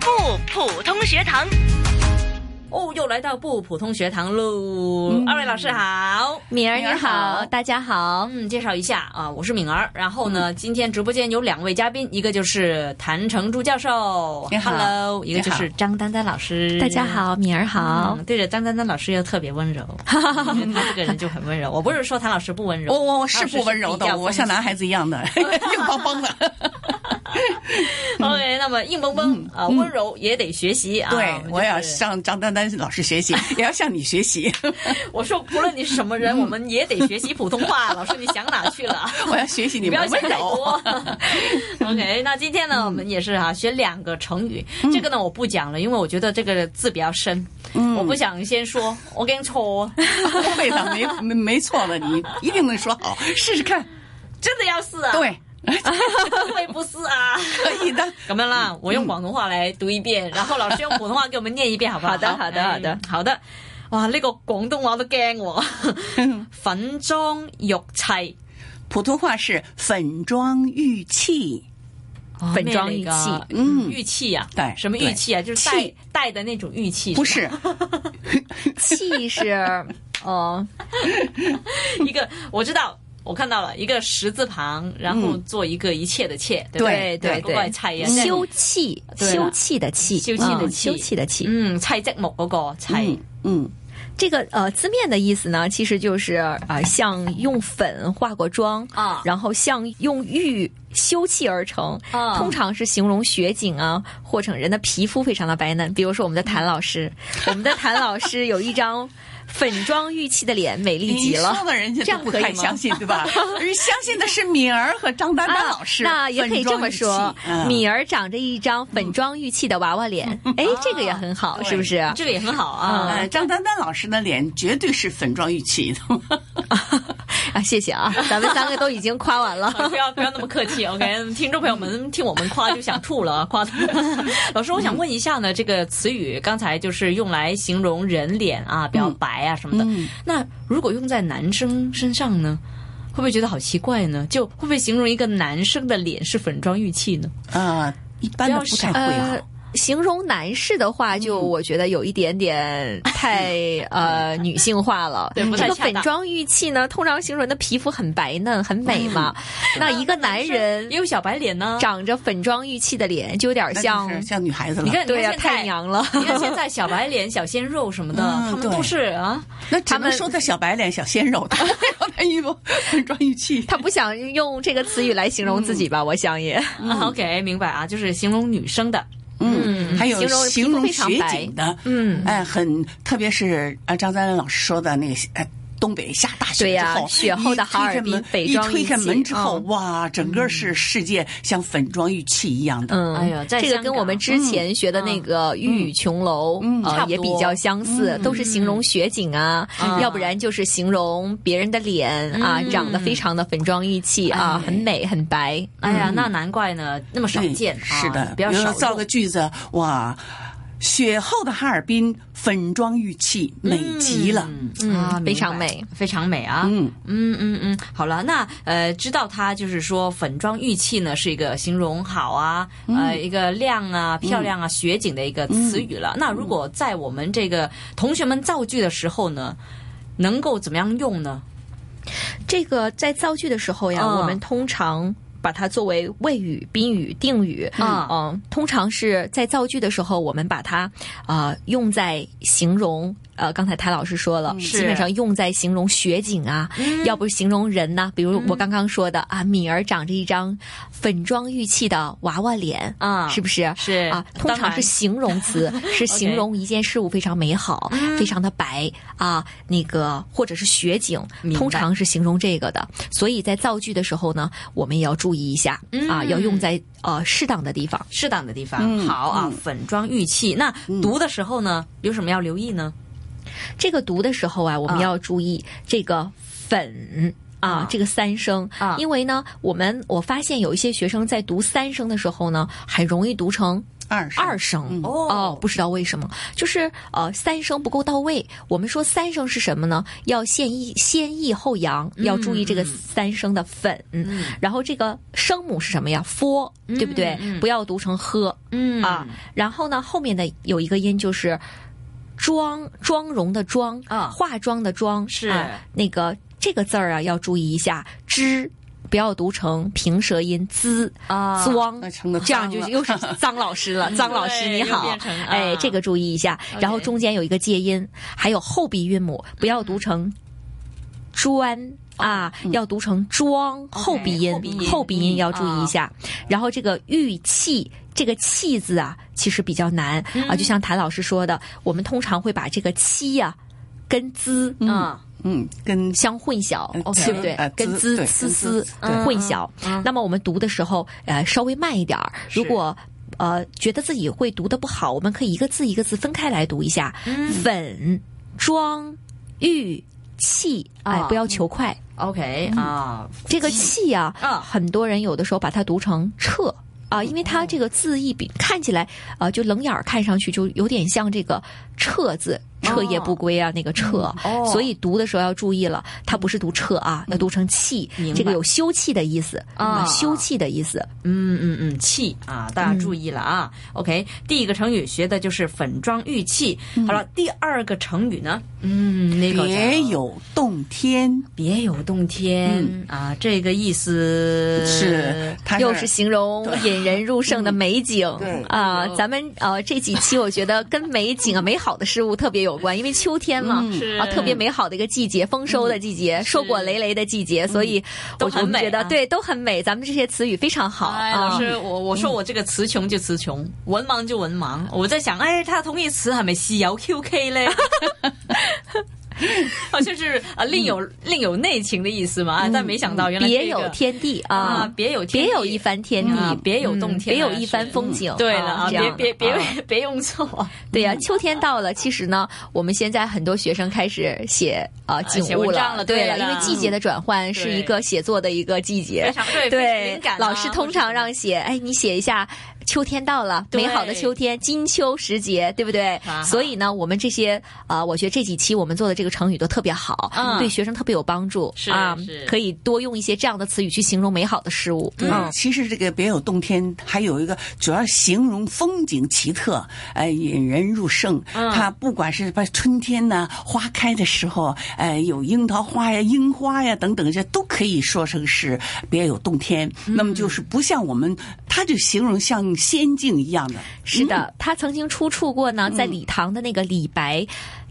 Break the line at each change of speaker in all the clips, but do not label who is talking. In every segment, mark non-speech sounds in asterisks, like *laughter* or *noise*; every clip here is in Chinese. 普通学堂。
哦，又来到不普通学堂喽！二位老师好，
敏儿你
敏儿好
好，大家好。嗯
嗯，介绍一下啊、我是敏儿。然后呢，今天直播间有两位嘉宾，一个就是谭成珠教授
你好
，Hello；一个就是张丹丹老师，
大家。好，敏儿好。
嗯，对着张丹丹老师又特别温柔，因为他这个人就很温柔。我不是说谭老师不温柔，啊
我我我
老
是
师
不温柔
比较
的，我像男孩子一
*laughs*
样的，硬邦邦
*laughs*
的。
OK，那哎么硬邦邦啊，温柔也得学习啊。
嗯对，我也要
就是
向张丹丹老师学习，也要向你学
*laughs*
习。
我说，不论你是什么
嗯
人，我们也得学习普通话。
*laughs*
老师，你想哪去了？
我要学习你
不要
们
想
温
太
柔嗯
多。。OK，那今天呢，我们也是啊，学两个成语。这个呢，我不讲了，因为我觉得这个字比较深，
嗯
我不想先说。我跟你说，哦
不会的，没没没错的，你一定能说好，试试看。
真的要是啊，，
对，
*laughs* 会不是啊？
可以的。
咁样啦，我用广东话来读一遍，然后老师用普通话给我们念一遍，好不好？
好的好的
哎
好的
好的。哇！呢、個個廣東話都驚喎，粉妝玉砌，
普通话是粉妆玉砌，
粉妝玉砌
咩嚟㗎
嗯
玉砌呀、
对
什么玉器啊？就是戴
器
戴的那种玉器，
不是
气是，哦，
一个我知道，我看到了一个十字旁，然后做一个一切的切，哎对不
对
对对
啊不怪蔡
对，
呀
休憩，
对
休憩的憩，
休憩的
嗯
憩
休憩的憩。
嗯，砌积木嗰个砌
嗯，嗯，
这个呃字面的意思呢，其实就是啊，像用粉化过妆
啊
然后像用玉修砌而成
啊
通常是形容雪景啊，或者人的皮肤非常的白嫩。比如说我们的谭老师，我们的谭老师有一张粉妆玉砌的脸，美丽
你
极了
说。的人家
这
都
样
不
可以
太
吗
相信，对
*laughs*
吧？而相信的是敏儿和张丹丹老师。
啊那也可
粉
以这
妆
么
玉砌
说，
嗯
米儿长着一张粉妆玉砌的娃娃脸，哎，这个也很好，
对
是不是？
这个也很好啊。
呃，张丹丹老师的脸绝对是粉妆玉砌的， *laughs*
*laughs* 啊，谢
*laughs*
谢啊，咱们三个都已经夸完了。
啊不要不要那么客气，OK？听 *laughs* 众朋友们听我们夸就想吐了，夸的。老师，我想问一下呢，这个词语刚才就是用来形容人脸啊，比较白啊什么的。
嗯
那如果用在男生身上呢，会不会觉得好奇怪呢？就会不会形容一个男生的脸是粉妆玉砌呢？
呃，一般的不太会
*laughs* 呃
啊。，
形容男士的话，就
嗯
我觉得有一点点太
*laughs*
呃女性化了。
对不太
这个
恰当
粉妆玉砌呢，通常形容人的皮肤很白嫩、很
*laughs*
美嘛。那一个男人
也有小白脸呢。
长着粉妆玉砌的脸，就有点
那
像
就是像女孩子了，
你看，
*laughs* 对呀、
呀、
太娘了。 *laughs*
你看现在小白脸、小鲜肉什么的，
嗯
他们都
对
是啊，
那只
他
能
们
说他小白脸、小鲜
*laughs*
肉，他没有那一副粉妆玉砌。
他不想用这个词语来形容自
嗯
己吧，我想也。
啊 OK，明白啊，就是形容女生的，
嗯，还有
形容
形容
皮肤非
雪
常白
景的，
嗯，
哎，很特别是啊，张丹丹老师说的那个呃。东北下大雪
对
之
呀
后，
雪后的哈尔滨北
一推开门一推
庄一
开门
季
之后，
嗯
哇，整个是世界像粉妆玉砌一样的。
嗯，
哎呀在
这
香
个
港嗯
跟我们之前学的那个玉宇琼楼，
嗯
呃
差不
也
多
比较相似，都是形容雪景啊，
嗯
要不然就是形容别人的脸啊，
嗯
长得非常的粉妆玉砌啊，
哎
很美很白。
哎呀，那难怪呢，那么少
嗯对
见啊，
是的，
比较
比如说
少
造个
用
句子，哇，雪后的哈尔滨粉妆玉砌，美极了。
嗯
啊，
非常
明白
美，
非常美啊，
嗯
嗯嗯嗯，好了，那呃，知道它就是说粉妆玉砌呢，是一个形容好啊，
嗯
呃，一个亮啊、漂亮啊、雪景的一个词语
嗯
了。那如果在我们这个同学们造句的时候呢，能够怎么样用呢？
这个在造句的时候呀，
嗯
我们通常。把它作为谓语、宾语、定语，
嗯
嗯，通常是在造句的时候，我们把它啊、呃用在形容，呃，刚才谭老师说了，
嗯是嗯
基本上用在形容雪景啊，要不是形容人呐、比如我刚刚说的、啊，敏儿长着一张粉妆玉砌的娃娃脸
啊
是不是？
是
啊，通
当
常
然
是形
*laughs*
容词，是形容一件事物非常美好、
嗯
非常的白啊，那个或者是雪景
明，白
通常是形容这个的。所以在造句的时候呢，我们也要注意一下、啊，
嗯
要用在呃适当的地方。
适当的地方，
嗯
好啊，
嗯
粉妆玉砌。那
嗯
读的时候呢，有什么要留意呢？
这个读的时候啊，我们
啊
要注意这个粉。
啊
啊，这个三声，
啊
因为呢，我们我发现有一些学生在读三声的时候呢，很容易读成
二声
二声、
哦
不知道为什么，就是呃三声不够到位。我们说三声是什么呢？要先抑先抑后扬，要注意这个三声的粉。嗯，然后这个声母是什么呀？f，对不对？不要读成 h
嗯
啊。然后呢，后面的有一个音就是妆妆容的妆
啊
化妆的妆
是
啊那个这个字儿啊，要注意一下之。不要读成平舌音滋
啊
装
那成了
这样
脏
就
了
又是脏老师
*laughs*
了，脏老师
对
你
又
好
变成，
哎
啊，
这个注意一下。
OK
然后中间有一个介音，还有后鼻韵母，不要读成砖啊，要读成庄，后鼻音
哦嗯后鼻音，嗯哦
后鼻音要注意一下。然后这个玉器。这个“器”字啊，其实比较难、啊，
嗯
就像谭老师说的，我们通常会把这个“七”呀跟“滋”
嗯
嗯，跟
相混淆哦
嗯，
对
滋
不对
呃？
跟
滋
滋
对
呲
跟滋
呲
对嗯
混淆。那么我们读的时候，呃，稍微慢一点儿。如果呃觉得自己会读的不好，我们可以一个字一个字分开来读一下。
嗯
粉妆玉气，哎
啊，
不要求快。
，OK 啊，
嗯这个气啊
啊，
很多人有的时候把它读成彻。啊，因为它这个字义比看起来，啊，就冷眼儿看上去就有点像这个“彻”字，彻夜不归啊，那个“彻”，
哦嗯
所以读的时候要注意了，它不是读“彻”啊，要读成“气
明”，白
这个有休憩的意思
啊
休憩的意思。
嗯嗯嗯，气啊，大家注意了啊。OK，第一个成语学的就是粉妆玉砌。好了，第二个成语呢，嗯，那个叫
啊
别有洞天
别有洞天、啊，这个意思
是，它
呃又是形容引人入胜的美景
嗯
对
啊
有！
咱们呃这几期我觉得跟美景啊、美好的事物特别有关，因为秋天嘛
是嗯
啊，特别美好的一个季节，丰收的季节，硕果累累的季节，所以
都
我
很
我们
美
觉得
啊
对都很美。咱们这些词语非常好
哎，
啊
老。师，我我说我这个词穷就词穷，文盲就文盲。我在想，哎，它同义词还没西瑶 QK *laughs* 嘞，好像是啊，另有、另有内情的意思嘛，啊但没想到原来、这个、
别有天地
啊
啊，，
别有天
别有
地
一番天地
啊，别有洞
嗯
天
别有
啊
一番
是
风景。
对了
啊
啊，
这样
别
的
别别 *laughs*
啊
别用错，
对呀、秋天到了，其实呢，我们现在很多学生开始写啊景
写
物
文章了
对
对了
因为季节的转换是一个写作的一个季节
非，常 *laughs* 对，非常
对
敏感、啊。
老师通常让写，哎，你写一下秋天到了，
对
美好的秋天，金秋时节，对不对？
啊
所以呢，我们这些啊、呃我觉得这几期我们做的这个成语都特别好，
嗯
对学生特别有帮助
是
啊
是，嗯
可以多用一些这样的词语去形容美好的事物。
对，嗯其实这个别有洞天，还有一个主要形容风景奇特，呃，引人入胜。
嗯
它不管是把春天呢，花开的时候，呃，有樱桃花呀、樱花呀等等，这都可以说成是别有洞天。
嗯
那么就是不像我们，它就形容像仙境一样的。
是
嗯
的，他曾经出处过呢，在李唐的那个李白。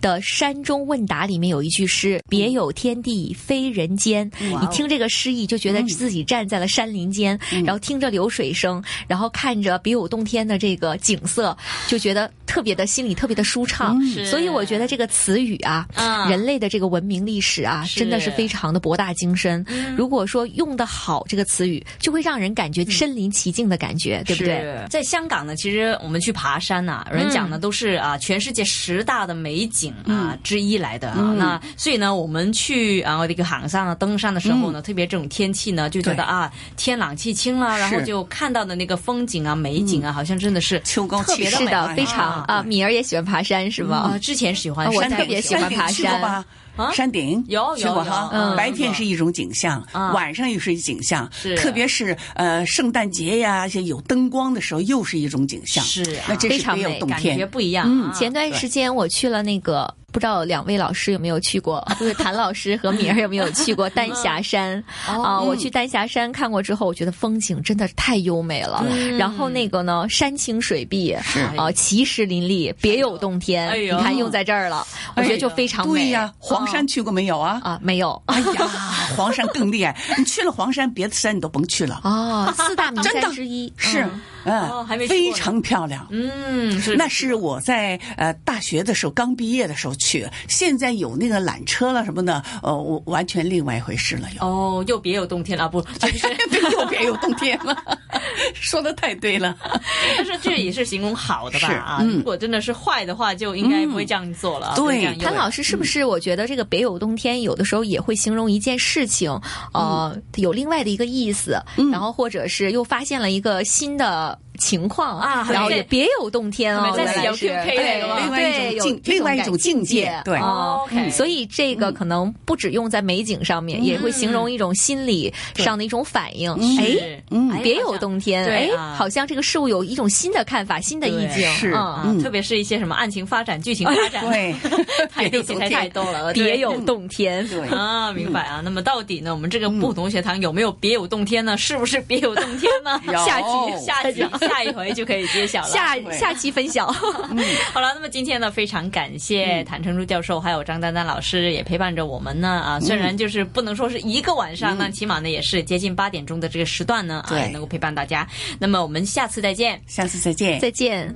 的《山中问答》里面有一句诗：“别有天地非人间。”
哦
你听这个诗意，就觉
嗯
得自己站在了山林间，然后听着流水声，然后看着别有洞天的这个景色，就觉得特别的心里特别的舒畅。
是
所以我觉得这个词语啊，
嗯
人类的这个文明历史啊，
是嗯
真的是非常的博大精深。如果说用得好这个词语，就会让人感觉身临其境的感觉，对不对？
是在香港呢，其实我们去爬山呐、人讲的都是啊，全世界十大的美景啊、之一来的啊。那所以呢，我们去啊我这个行山啊登山的时候呢，特别这种天气呢，就觉得
对
啊天朗气清啦，然后
是
就看到的那个风景啊、美景啊，好像真的是
秋高
特
气
别
爽
是
美
的，
哎
非常
啊
啊，敏儿也喜欢爬山是吗？
啊。之前喜欢
啊我
山
特
顶
别
去
喜欢爬
去过
山
吧？山顶
有
去
有
过
有
哈，
嗯
白天是一种景象，
嗯
晚上又是一景象，
是
特别是呃圣诞节呀，像有灯光的时候又是一种景象，
是啊
那这
非
是
常
别有
美
洞
感觉
天，
不一样、啊。
前段时间我去了那个，不知道两位老师有没有去过，就是谭老师和敏儿有没有去过丹霞山啊、我去丹霞山看过之后，我觉得风景真的是太优美了。然后那个呢，山清水碧啊、奇石林立，别有洞天。
哎
你
呦
看用在这儿了，我觉得就非常美。
对呀，
嗯
黄山去过没有啊？
啊，没有
哎呀，
啊
黄山更厉害，你去了黄山，别的山你都甭去了，
哦，四大名
真
山
的
之一
是
嗯，
啊哦
嗯
还没，去过呢
非常漂亮。
嗯，是
那是我在呃大学的时候刚毕业的时候去，现在有那个缆车了什么的，呃，我完全另外一回事了。又
哦，又别有洞天了，不，这不是
*laughs* 对，又别有洞天了， *laughs* 说的太对了。
但是这也是形容好的吧？
是
啊，
嗯
如果真的是坏的话，就应该不会这样做了啊。
嗯
不会这样用
谭老师是不是？我觉得这个“别有洞天”有的时候也会形容一件事情，
嗯
呃，有另外的一个意思，然后或者是又发现了一个新的情况
啊
然后
对
也别有洞天哦，
我们在
原来
写
是
QK
对
那个吗
另外一种
对
境
有这
另外一种
感
境界对嗯
哦
OK
所以这个可能不只用在美景上面，也会形容一种心理上的一种反应。哎，
嗯
别有洞天，
对
哎
啊，
好像这个事物有一种新的看法、新的意境
对，
是
嗯
啊，特别是一些什么案情发展、剧情发展，
哎对
太
别有
这些
洞
太
天
太多了，
别
对
有洞天。
*laughs* 对，
啊，明白啊。那么到底呢，我们这个不同学堂有没有别有洞天呢？是不是别有洞天呢？
有
下集下集下一回就可以揭晓了。
下下期分 *laughs* 享，
*laughs* 好了，那么今天呢，非常感谢谭成珠教授还有张丹丹老师也陪伴着我们呢啊，虽然就是不能说是一个晚上，那起码呢也是接近八点钟的这个时段呢啊，
对
也能够陪伴大家。那么我们下次再见。
下次再见。
再见。